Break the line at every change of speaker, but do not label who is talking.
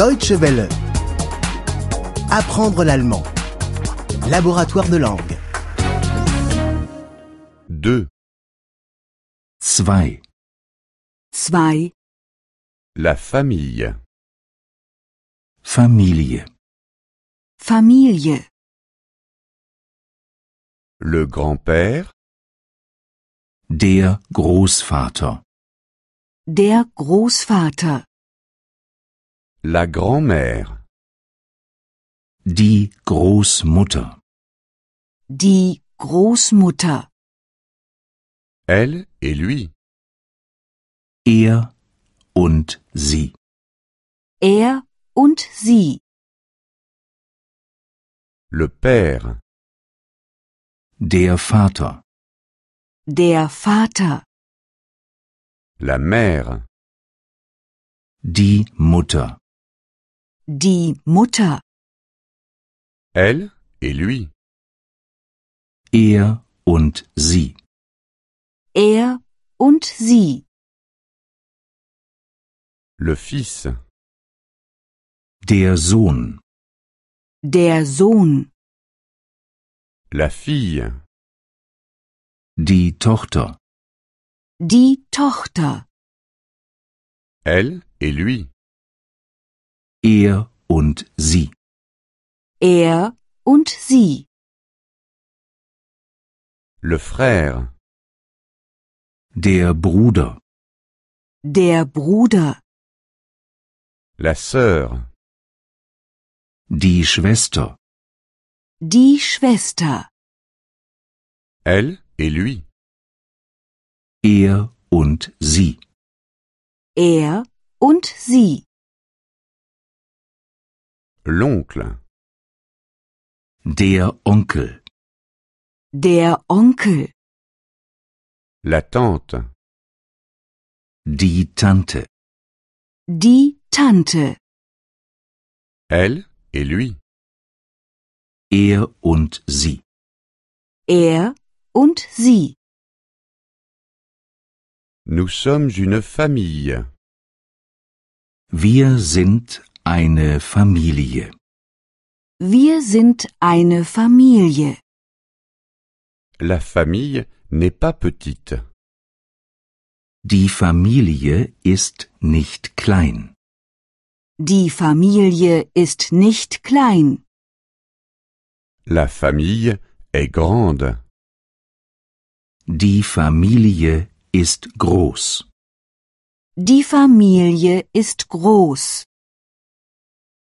Deutsche Welle. Apprendre l'allemand. Laboratoire de langue.
2.
2.
2.
La famille.
Familie.
Familie.
Le grand-père,
Der Großvater.
Der Großvater.
la grand-mère,
Die Großmutter.
Die Großmutter.
elle et lui,
Er und sie.
Er und sie.
le père,
Der Vater.
Der Vater.
la mère,
Die Mutter.
Die Mutter.
elle et lui,
Er und sie.
Er und sie.
le fils,
Der Sohn.
Der Sohn.
la fille,
Die Tochter.
Die Tochter.
elle et lui,
Er und sie.
Er und sie.
le frère,
Der Bruder.
Der Bruder.
la sœur,
Die Schwester.
Die Schwester.
elle et lui,
Er und sie.
Er und sie.
l'oncle,
Der Onkel.
Der Onkel.
la tante,
Die Tante.
Die Tante.
elle et lui,
Er und sie.
Er und sie.
nous sommes une famille.
Wir sind eine Familie.
Wir sind eine Familie.
La famille n'est pas petite.
Die Familie ist nicht klein.
Die Familie ist nicht klein.
La famille est grande.
Die Familie ist groß.
Die Familie ist groß.